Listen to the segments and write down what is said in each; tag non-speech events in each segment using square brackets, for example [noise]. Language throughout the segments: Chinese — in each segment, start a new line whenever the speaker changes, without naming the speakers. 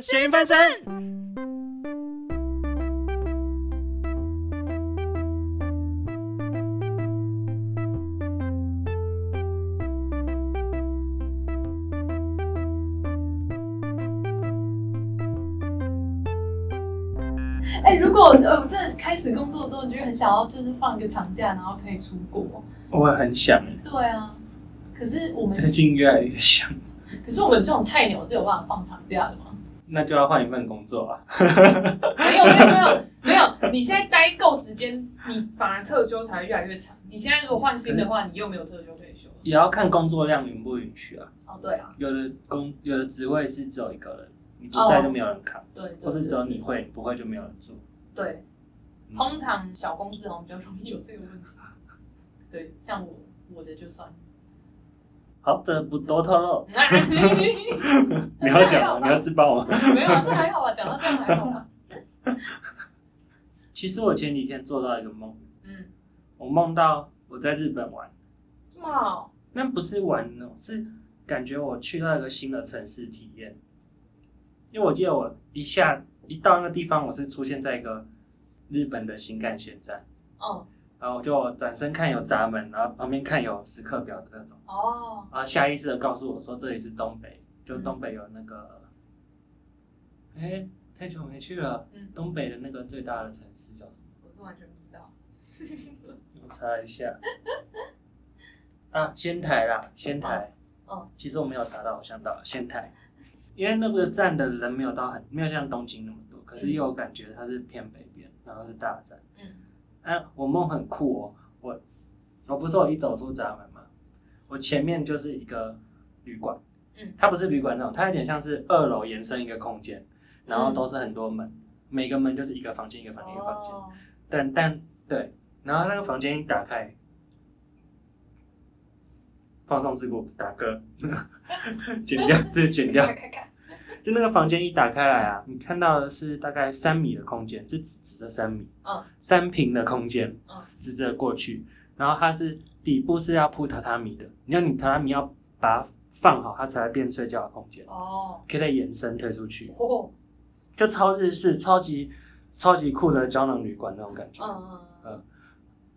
咸鱼翻身。
哎、如果呃我真的开始工作之后，你就会很想要就是放个长假，然后可以出国。
我也很想，
对啊，可是我们
最近越来越想， [laughs]
可是我们这种菜鸟是有办法放长假的吗？
那就要换一份工作啊。
没有没有没有没有，
你现在待够时间，你反而特休才会越来越长。你现在如果换新的话，你又没有特休可以休了。
也要看工作量允不允许啊。
哦对啊，
有的工有的职位是只有一个人，你不在就没有人扛，
对对
或是
对
只有你会，你不会就没有人做。
对，
嗯
通常小公司好像比较容易有这个问题。
对，像我我的就算
[laughs]
了。 [laughs]
好，这不多透露。
没
你要讲
[laughs]
啊吗，你要自爆吗？
有啊，这还好吧，讲到这样还好
啊
吧。
其实我前几天做到一个梦，
嗯，
我梦到我在日本玩，
哇，
那不是玩哦，是感觉我去到一个新的城市体验。因为我记得我一下一到那个地方，我是出现在一个日本的新干线站，
嗯，
然后我就转身看有闸门，然后旁边看有时刻表的那种，
哦，
然后下意识的告诉我说这里是东北，就东北有那个，哎、太久没去了，
嗯
东北的那个最大的城市叫什么？
我是完全不知道。
我查一下。啊，仙台啦，仙台。
哦，
其实我没有查到，我想到了仙台，因为那个站的人没有到很，没有像东京那么多，可是又有感觉它是偏北边，然后是大站。
嗯，
啊，我梦很酷哦，我我不是我一走出闸门嘛，我前面就是一个旅馆，
嗯，
它不是旅馆那种，它有点像是二楼延伸一个空间，然
嗯
后都是很多门，每个门就是一个房间一个房间一个房间，
哦，
但但对，然后那个房间一打开，放送事故打嗝， [laughs] 剪掉，这剪掉
看。看看，
就那个房间一打开来啊，你看到的是大概三米的空间，是直直的三米，
嗯，
三平的空间，
嗯，
直着过去，然后它是底部是要铺榻榻米的，你要你榻榻米要把它放好，它才会变睡觉的空间，
哦，
可以再延伸推出去，
哦，
就超日式、超级超级酷的胶囊旅馆那种感觉。
嗯嗯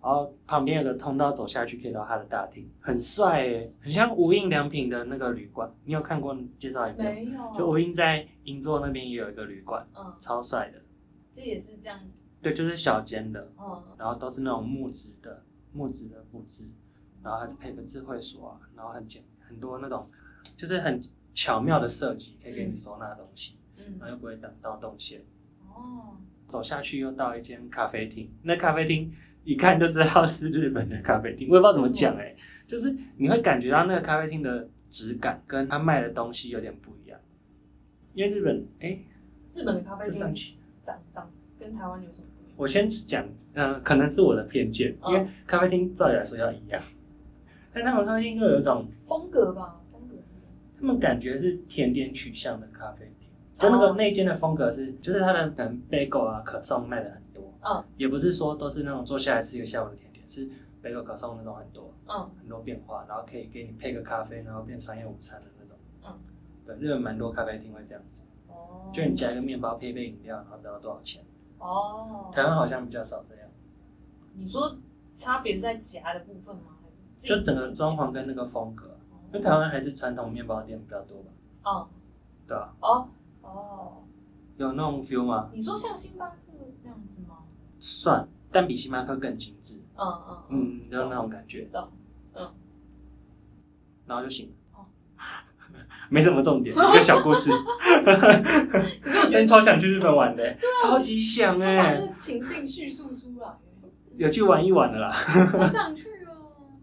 然后旁边有个通道走下去，可以到它的大厅，很帅诶、很像无印良品的那个旅馆。你有看过介绍影
嗯，
片？
没有，
就无印在银座那边也有一个旅馆，
嗯，
超帅的。
这也是这样，
对，就是小间的，
嗯，
然后都是那种木质的，木质的布置，然后还配个智慧锁啊，然后很简很多那种，就是很巧妙的设计，可以给你收纳东西，然后
嗯，
又不会挡到动线。
哦，
走下去又到一间咖啡厅，那咖啡厅一看就知道是日本的咖啡厅，我也不知道怎么讲哎、就是你会感觉到那个咖啡厅的质感跟他卖的东西有点不一样，因为日本哎、
日本的咖啡
这算
厅
起，
长长跟台湾有什么不一样？
我先讲，嗯、可能是我的偏见，因为
嗯
咖啡厅照理来说要一样，但他们咖啡厅又有一种，
风格吧，风格。
他们感觉是甜点取向的咖啡厅。就那个
哦
那间的风格是，就是它的可能 bagel 啊、可颂卖的很多，
嗯，
也不是说都是那种坐下来吃一个下午的甜点，是 bagel 可颂那种很多
嗯
很多变化，然后可以给你配个咖啡，然后变商业午餐的那种，
嗯，
对，日本蛮多咖啡厅会这样子，
哦，
就你加一个面包配一杯饮料，然后只要多少钱？
哦，
台湾好像比较少这样，
你说差别是在夹的部分吗？还是自己
就整个装？潢跟那个风格，因
自
为
己
台湾还是传统面包店比较多吧，
哦
对啊，
哦哦，
有那种 feel 吗？
你说像星巴克那样子吗？
算，但比星巴克更精致，
嗯嗯嗯，
嗯，就是那种感觉。
懂，嗯，
然后就醒了。
哦
[laughs] 没什么重点，一个小
[laughs]
故事。
可是我觉
真
得
超想去日本玩的、
啊
超级想
他
哎、
把那个情境叙述出来，
有去玩一玩的啦。
好想去哦。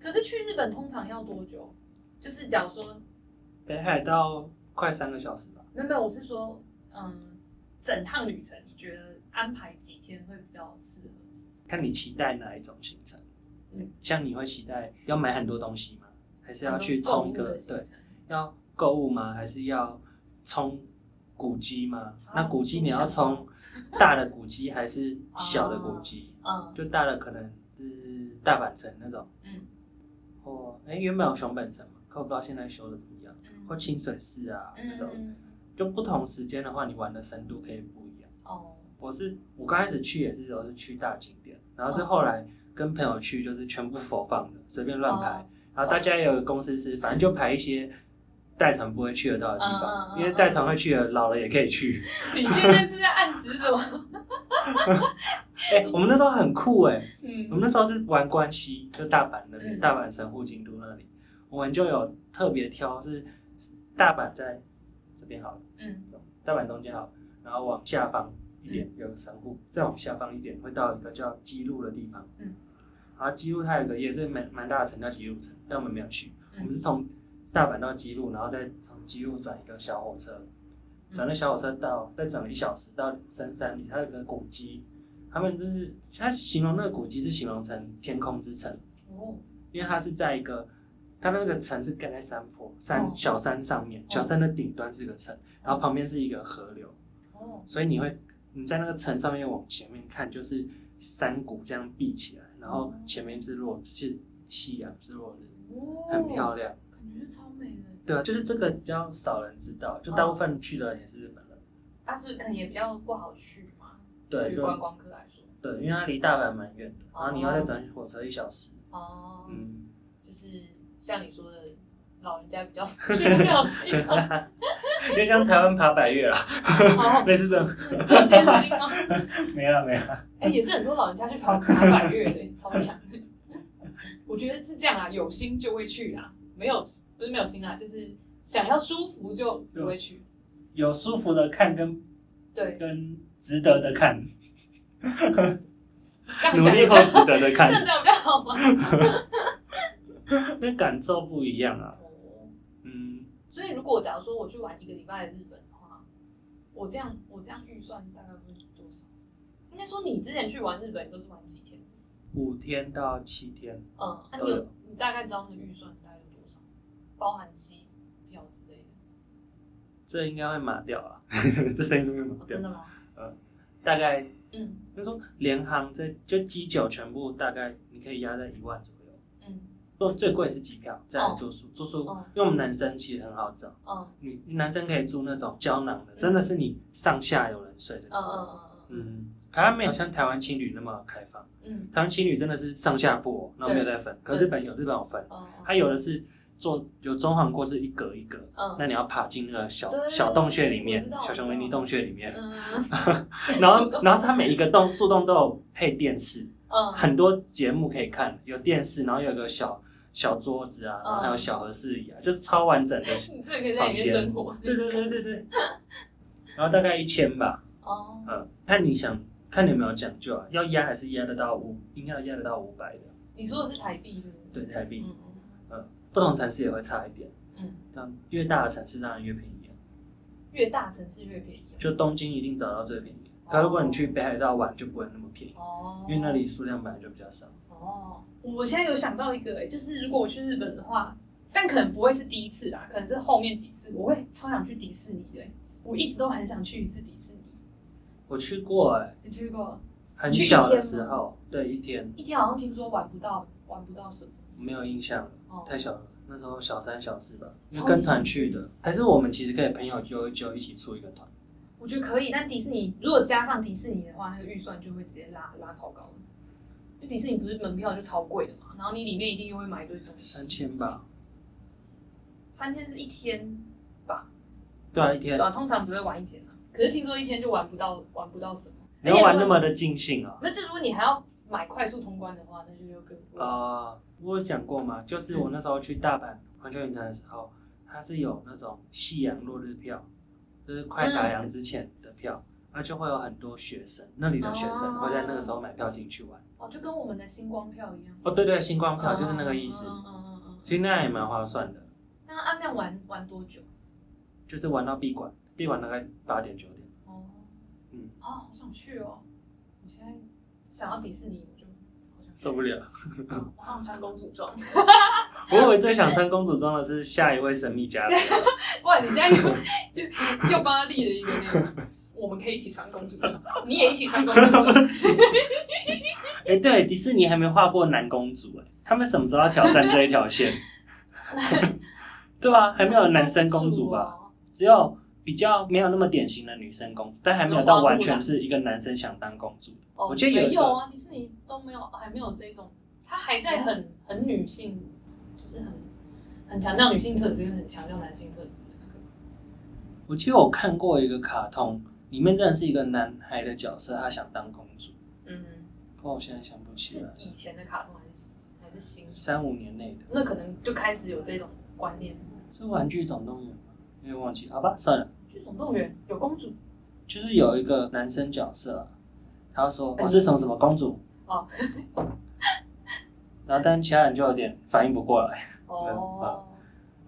可是去日本通常要多久？就是假如说，
北海道快三个小时吧，
没有没有，我是说，嗯，整趟旅程你觉得安排几天会比较适合？
看你期待哪一种行程。
嗯
像你会期待要买很多东西吗？还是要去
购
冲
物
一个
的？行
对，
程
要购物吗？还是要冲古迹吗？
啊
那古迹你要冲大的古迹还是小的古迹？
嗯
就大的可能是大阪城那种，
嗯
或哎、原本有熊本城嘛，可我不知道现在修的怎么样，或
嗯
清水寺啊那种。
嗯，
就不同时间的话，你玩的深度可以不一样。
哦，
我是我刚开始去也是都是去大景点，然后是后来跟朋友去就是全部否放的，随便乱
哦
排。然后大家也有公司是，反正就排一些带团不会去得到的地
嗯嗯
方，
嗯
因为带团会去的老了也可以去。
[laughs]
[laughs]
你现在是在暗指什么？
哎、我们那时候很酷哎、我
嗯，
们那时候是玩关西，就大阪那边，
嗯
大阪神户京都那里，我们就有特别挑是大阪在这边好了，
嗯，
大阪中间好，然后往下方一点有神户，再往下方一点会到一个叫姬路的地方。
嗯，
然后姬路它有个也是蛮蛮大的城叫姬路城，但我们没有去，
嗯
我们是从大阪到姬路，然后再从姬路转一个小火车，
嗯
转那小火车到再转了一小时到深山里，它有个古迹，他们就是他形容那个古迹是形容成天空之城，
哦，
因为它是在一个。它那个城是盖在山坡、山
哦
小山上面，小山的顶端是个城，然后旁边是一个河流，
哦，
所以你会你在那个城上面往前面看，就是山谷这样闭起来，然
哦
后前面是落是夕阳是落日，很
亮，
漂亮。
哦感觉是超美的。
对啊，就是这个比较少人知道，
哦
就大部分去的人也是日本人。
但啊是可能也比较不好去嘛，对
对，
于
就
观光客来说。
对，因为它离大阪蛮远的，
哦
然后你要再转火车一小时。
哦，
嗯， [laughs]
就是像你说的，老人家比较去不了的地方。
因为像台湾爬百
[laughs]
越啦，
哦，
类似这种，
这艰辛吗？
没了没了。
哎、也是很多老人家去跑爬百越的，超强的。我觉得是这样啊，有心就会去啦，没有不是没有心啦，就是想要舒服就不会去。
有舒服的看跟
对，
跟值得的看，
这样
努
讲
力
比
后
较，
值得的
这 [laughs]
看，
样讲比较好吗？
那感受不一样啊。
哦
嗯，
所以如果假如说我去玩一个礼拜的日本的话，我这样我这样预算大概会多少？应该说你之前去玩日本你都是玩几天？
五天到七天。
嗯，那、
都
你
有
有你大概知道你的预算大概有多少？包含机票之类的？
这应该会麻掉
[laughs]
啊，这声音会麻
哦、
掉
真。的吗？
大概
嗯
那时候联航这就机酒全部大概你可以压在一万左右，
嗯
做最贵是机票，再来住宿，住宿
哦
因为我们男生其实很好找，
嗯
你你男生可以住那种胶囊的，
嗯
真的是你上下有人睡的
嗯
那种。
嗯嗯嗯
嗯，台湾没有像台湾青旅那么开放，
嗯
台湾青旅真的是上下铺、哦，然后没有再分，可
对
日本有日本有分，
哦
它有的是做有装潢过是一格一格，
嗯
那你要爬进那个小
对
小洞穴里
我
面
知道，
小熊维尼洞穴里面，
嗯 [laughs]
然后，然后它每一个洞树洞都有配电视，
嗯
很多节目可以看，有电视，然后有个小小桌子啊，然后还有小和室椅啊，就是超完整的。
你这个可以嗯 [laughs] 在里面生活。
对对对对
[laughs]
对。然后大概一千吧，
哦，
嗯，看你想看你有没有讲究啊，要压还是压得到五，应该要压得到五百的，
你说的是台币对不对？
对台币，
嗯嗯
不同城市也会差一点，
嗯，
嗯，越大的城市当然越便宜啊，
越大城市越便宜。啊
就东京一定找到最便宜，可如果你去北海道玩就不会那么便宜，
哦，
因为那里数量本来就比较少。
哦，我现在有想到一个、欸，就是如果我去日本的话，但可能不会是第一次啦，可能是后面几次，我会超想去迪士尼的欸、我一直都很想去一次迪士尼。
我去过哎、
你去过？
很小的时候，对，一天
一天好像听说玩不到，玩不到什么。
没有印象了，
哦，
太小了。那时候小三小四吧，
超级
是跟团去的，还是我们其实可以朋友揪一揪，一起出一个团。
我觉得可以，但迪士尼如果加上迪士尼的话，那个预算就会直接拉拉超高了。就迪士尼不是门票就超贵的嘛，然后你里面一定又会买一堆东西
三。千吧，
三天是一天，
对啊，一天
对啊，通常只会玩一天啊。可是听说一天就玩不到，玩不到什么。
你要玩那
么。
么的尽兴啊？
那就如果你还要买快速通关的话，那就又更贵。
啊、我有讲过嘛，就是我那时候去大阪环球影城的时候，它是有那种夕阳落日票，就是快打烊之前的票，那、就会有很多学生，那里的学生
哦
会在那个时候买票进去玩。
哦，就跟我们的星光票一样。
哦，对对，星光票就是那个意思，
嗯嗯嗯嗯嗯。
其实那样也蛮划算的。
那按那玩玩多久？
就是玩到闭馆，闭馆大概八点九点。
哦，
嗯，
哦，好想去哦！我现在想要迪士尼，我就好想去
受不。了。
哦我好想穿公主装。 [laughs]
我以为最想穿公主装的是下一位神秘嘉宾，
哇，你现在又 [laughs] 又又帮他立了一个那个，我们可以一起穿公主装，你也一起穿公主
[laughs]
装。
哎、对，迪士尼还没画过男公主、哎，他们什么时候要挑战这 [laughs] 一条线？对啊，还没有男生公主吧？
哦？
只有比较没有那么典型的女生公主，但还没有到完全是一个男生想当公主。
哦，
我觉得有一个
没有啊，迪士尼都没有，还没有这种，它还在很很女性，就是很很强调女性特质，跟很强调男性特质的那个。
我记得我看过一个卡通，里面真的是一个男孩的角色，他想当公主，
嗯，
可我现在想不起
是
来，
以前的卡通还是还是新？
三五年内的，
那可能就开始有这种观念。
是《玩具总动员》吗？有点忘记，好吧，算了，
去总动员有公主
就是有一个男生角色、啊，他说我是什么什么公主，
哦，
[laughs] 然后但其他人就有点反应不过来，
哦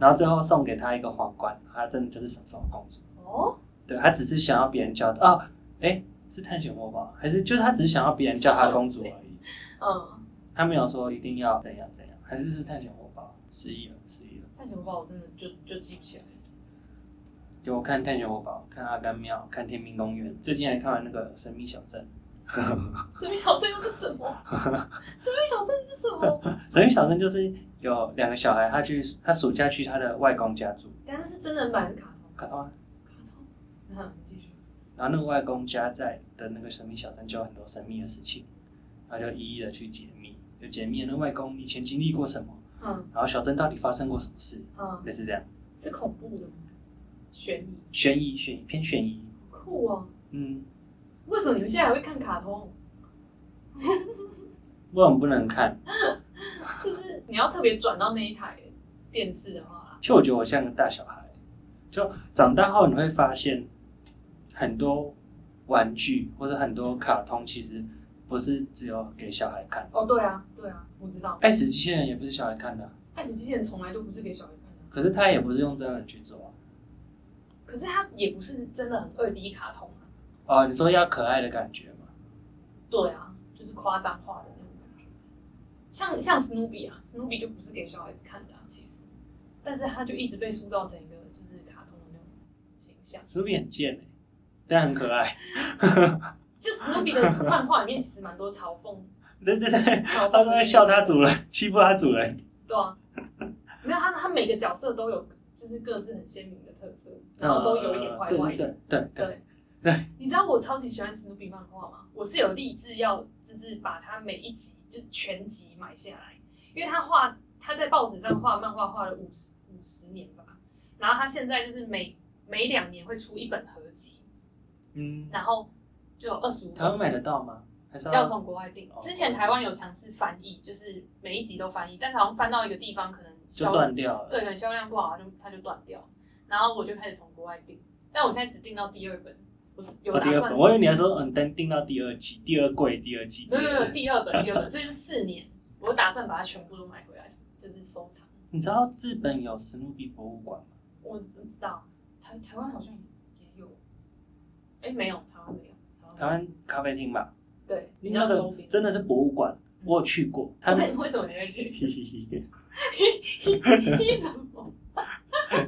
然后最后送给他一个皇冠，他真的就是什么什么公主，
哦，
对他只是想要别人叫他啊，哎、是探险活宝还是就是他只是想要别人叫他公主而已，
嗯，
他没有说一定要怎样怎样，还是是探险活宝失忆了失忆了。
探险宝我真的就就记不起来。
就我看《探险活宝》，看《阿甘庙》，看《天命公园》，最近还看完那个《神秘小镇
神秘小镇又是什
[laughs]
么？神秘小镇是什么？》。
《神秘小镇》就是有两个小孩，他去他暑假去他的外公家住，
但那是真人版的卡通，
卡通啊。
卡通。嗯，你继续。
然后那个外公家在的那个神秘小镇就有很多神秘的事情，然后就一一的去解密，就解密了那外公以前经历过什么，
嗯
然后小镇到底发生过什么事，
嗯，
类似这样。
是恐怖的吗？悬疑，
悬疑，悬疑偏悬疑，
酷啊！
嗯，
为什么你们现在还会看卡通？
不然我们不能看。
就是你要特别转到那一台电视的话，
其实我觉得我像个大小孩，就长大后你会发现，很多玩具或者很多卡通其实不是只有给小孩看。
哦，对啊，对啊，我知道，
爱死机器人也不是小孩看的啊，
《爱死机器人》从来都不是给小孩看的，啊
可是它也不是用真人去做啊。
可是它也不是真的很二 D 卡通啊。
哦，你说要可爱的感觉嘛？
对啊，就是夸张化的那种感觉。像像史努比啊，史努比就不是给小孩子看的啊，其实，但是它就一直被塑造成一个就是卡通的那种形象。
是不是很贱哎、但很可爱。 [laughs]
就史努比的漫画里面，其实蛮多嘲讽，
对对对，
嘲讽
他都在笑他主人，欺负他主人。
对啊，没有他，他每个角色都有就是各自很鲜明的特色，然后都有一点
呃
坏
对
坏
对
的。
对对对，
对，你知道我超级喜欢史努比漫画吗？我是有立志要就是把它每一集就全集买下来，因为他画他在报纸上画漫画画了五十五十年吧，然后他现在就是每每两年会出一本合集，
嗯，
然后就有二十五
台湾买得到吗？还是
要从国外订
哦。
之前台湾有尝试翻译，就是每一集都翻译，但是好像翻到一个地方可能
就
销
断掉了？
对，可能销量不好，它就它就断掉。然后我就开始从国外订，但我现在只订到第二本，我是有
哦，第
打
二
算
本，，我以为你还说嗯，等订到第二季、第二季、第二季。
没有没有没有第二本第二本，所以是四年，我打算把它全部都买回来，就是收藏。
你知道日本有史努比博物馆吗？
我只知道台台湾好像也也有，哎没有台湾没有，台
台
湾
湾咖啡厅吧，
对比
那
较
个
周边。
真的是博物馆，我有去过。它
为为什么你会去？ [laughs]
[laughs]
为什么？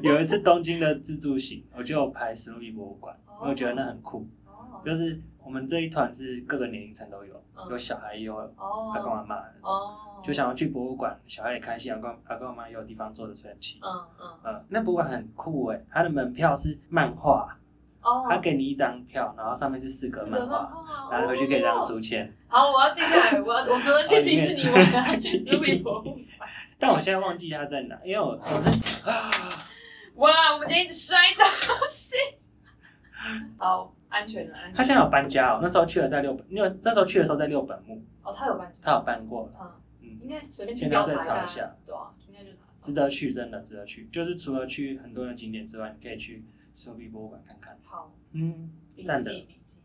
有一次东京的自助行，我就有排史努比博物馆，因 [laughs] 为我觉得那很酷。
哦
就是我们这一团是各个年龄层都有，
嗯
有小孩也有阿公
哦
阿妈那种，
哦，
就想要去博物馆，小孩也开心，阿啊公阿公阿妈也有地方坐的吹冷气。
嗯嗯
呃，那博物馆很酷哎、它的门票是漫画，
哦，
他给你一张票，然后上面是四格
四
漫
个漫
画，
画，
拿回去可以当
哦
书签。
好，我要记下来。我
[laughs]
要我除了去迪士尼，我还要去史密博物馆。
但我现在忘记它在哪，因为我
哦
我是
哇，我们今天一直摔东西。好，安全了，安
他
全。
现在有搬家哦，那时候去了在六本，因为那时候去的时候在六本木，
哦，他有搬家。
他有搬过了，
嗯，
嗯，
应该随便去调
现在再查
查
一下。
对啊，应该就查。
值得去，真的值得去。就是除了去很多的景点之外，你可以去史努比博物馆看看。
好，
嗯，
笔
赞的
记笔记。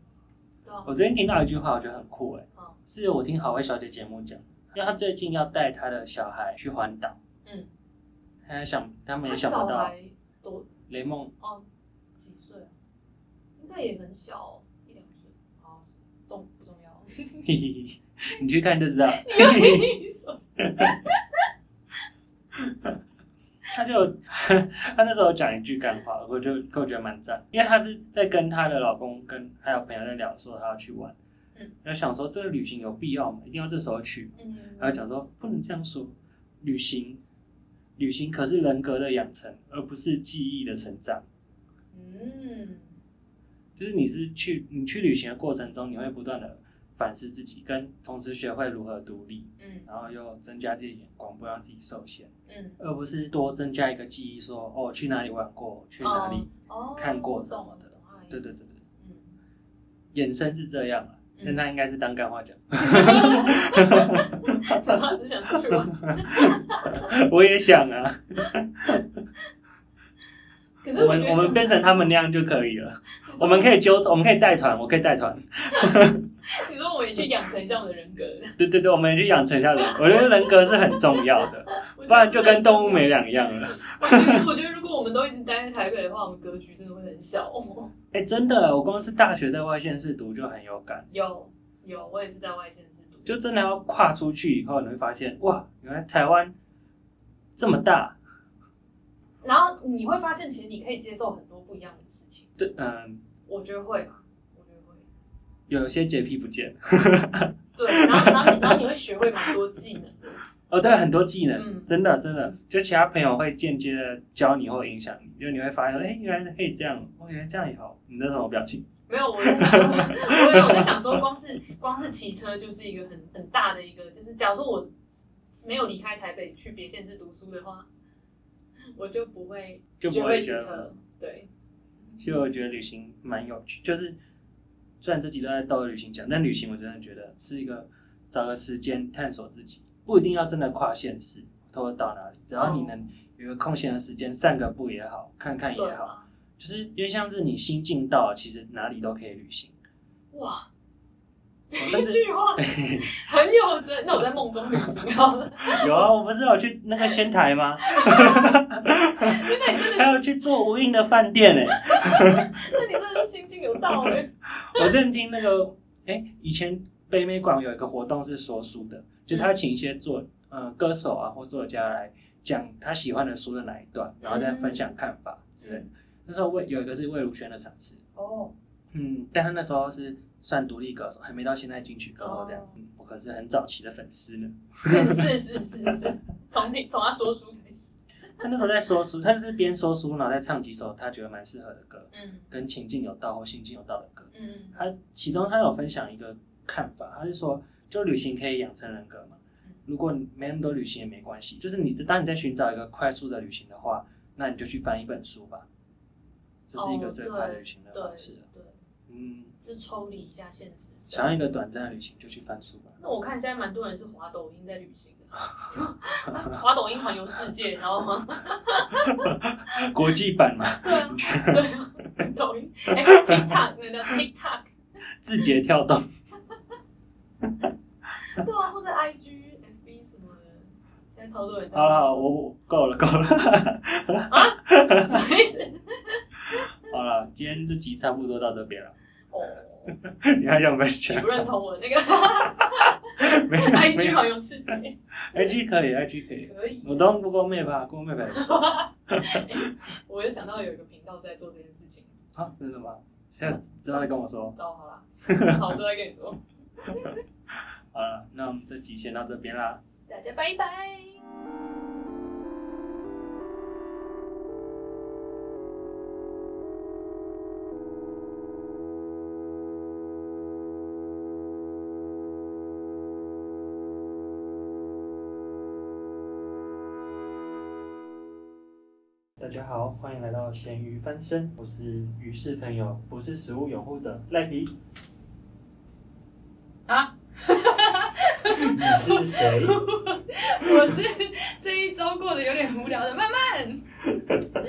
对啊，
我昨天听到一句话，我觉得很酷哎
嗯，
是我听好味小姐节目讲，因为她最近要带她的小孩去环岛，
嗯，
她想他们也
他
想
小
不到
孩多
雷梦
哦，几岁啊？应该也很小，一两岁。好，重不重
[laughs]
要？
嘿嘿嘿，你去看
[laughs]
就知道。他就他那时候讲一句干话，我就我觉得蛮赞，因为他是在跟她的老公跟还有朋友在聊，说她要去玩，
嗯，
然后想说这个旅行有必要吗？一定要这时候去？
嗯，
然后讲说不能这样说，旅行旅行可是人格的养成，而不是记忆的成长。
嗯，
就是你是去你去旅行的过程中，你会不断的反思自己，跟同时学会如何独立，
嗯
然后又增加自己的眼光，不让自己受限，
嗯，
而不是多增加一个记忆说，哦去哪里玩过，去哪里，
哦
看过
懂
什么
了
的
懂了
对对对对，
嗯，
衍生是这样啊，但他应该是当干话讲， [laughs]
只是只想出去玩。
我也想啊，
可是我
我们
觉得
我们变成他们那样就可以了，我们可以揪，我们可以带团，我可以带团，
你说我也去养成一下我的人格，
对对对，我们去养成一下人 [laughs] 格，我觉得人格是很重要的，
我觉得
不然就跟动物没两样了。
我觉得，我觉得如果我们都一直待在台北的话，我们格局真的会很小。哦、
哎、真的，我光是大学在外县市读就很有感，
有有，我也是在外县市读，
就真的要跨出去以后，你会发现，哇，原来台湾这么大。
然后你会发现，其实你可以接受很多不一样的事情。
对，嗯，
我觉得会吧，我觉得会。
有些洁癖不见了
对，然后然后你然后你会学会蛮多技能的。
哦，对，很多技能，
嗯
真的真的，就其他朋友会间接的教你或影响你，就你会发现，哎、原来可以这样，哦，原来这样也好，你那什么表情？
没有，我在想，我有我在想说， [laughs] 光是光是骑车就是一个很很大的一个，就是假如说我没有离开台北去别县市读书的话，我就不会
就不
学
会
会骑
学
车
了。
对，啊
其实我觉得旅行蛮有趣，就是虽然这集都在到旅行讲，但旅行我真的觉得是一个找个时间探索自己，不一定要真的跨县市或者到哪里，只
哦
要你能有个空闲的时间散个步也好，看看
对
也好，
啊，
就是因为像是你心境到了，其实哪里都可以旅行。
哇，这
我甚
一
至
句
[laughs]
话很有真。那我在梦中旅行好了。
有啊，我不是有去那个仙台吗？ [laughs]
[laughs] 那你真的
还
是，
有去住无印的饭店哎、
那你真的是心境有道
[laughs]
哎。
我之前听那个，哎、以前北美馆有一个活动是说书的，就是他请一些作呃歌手啊或作家来讲他喜欢的书的哪一段，然后再分享看法之
嗯
类的。那时候魏有一个是魏如萱的场次，
哦，
嗯，但他那时候是算独立歌手，还没到现在金曲歌后这样。
哦
嗯我可是很早期的粉丝呢。
是是是是是，从听从他说书开始。
他那时候在说书，他就是边说书，然后再唱几首他觉得蛮适合的歌，
嗯
跟情境有道或心境有道的歌。
嗯
他其中他有分享一个看法，他是说，就旅行可以养成人格嘛
嗯。
如果你没那么多旅行也没关系，就是你当你在寻找一个快速的旅行的话，那你就去翻一本书吧，这是一个
哦
最快的
对
旅行的
哦对
方式了。
对，
嗯，
就抽离一下现实生活。
想要一个短暂的旅行就去翻书吧。
那我看现在蛮多人是滑抖音在旅行的，啊 [laughs] 滑抖音环游世界，你知道吗？
国际版嘛，
对啊，对啊，抖音，哎、t i k t o k 那叫 TikTok，
字节跳
[laughs]
动。
对啊，或者 IG、FB 什么的，现在超多人在。
好了，好了我我够了够了， [laughs]
什么意思？
好了，今天这集差不多到这边了。
[laughs] 哦，
你还想分
你
享？
不认同我那个
[laughs] 没有没
IG
有
环游世界？
，IG 可以，IG 可以。
可以，
我都用 Google Map 啊，Google Map 也不错。
我又想到有一个频道在做这件事情。
啊，真的吗？现在之后再跟我说。
哦，好
[laughs]
啦，好，之后再跟你说。
好了，那我们这集先到这边啦。
大家拜拜。
大家好，欢迎来到咸鱼翻身，我是鱼是朋友，不是食物拥护者赖皮。
啊？ [laughs]
你是谁？ [laughs]
我是这一周过得有点无聊的曼曼。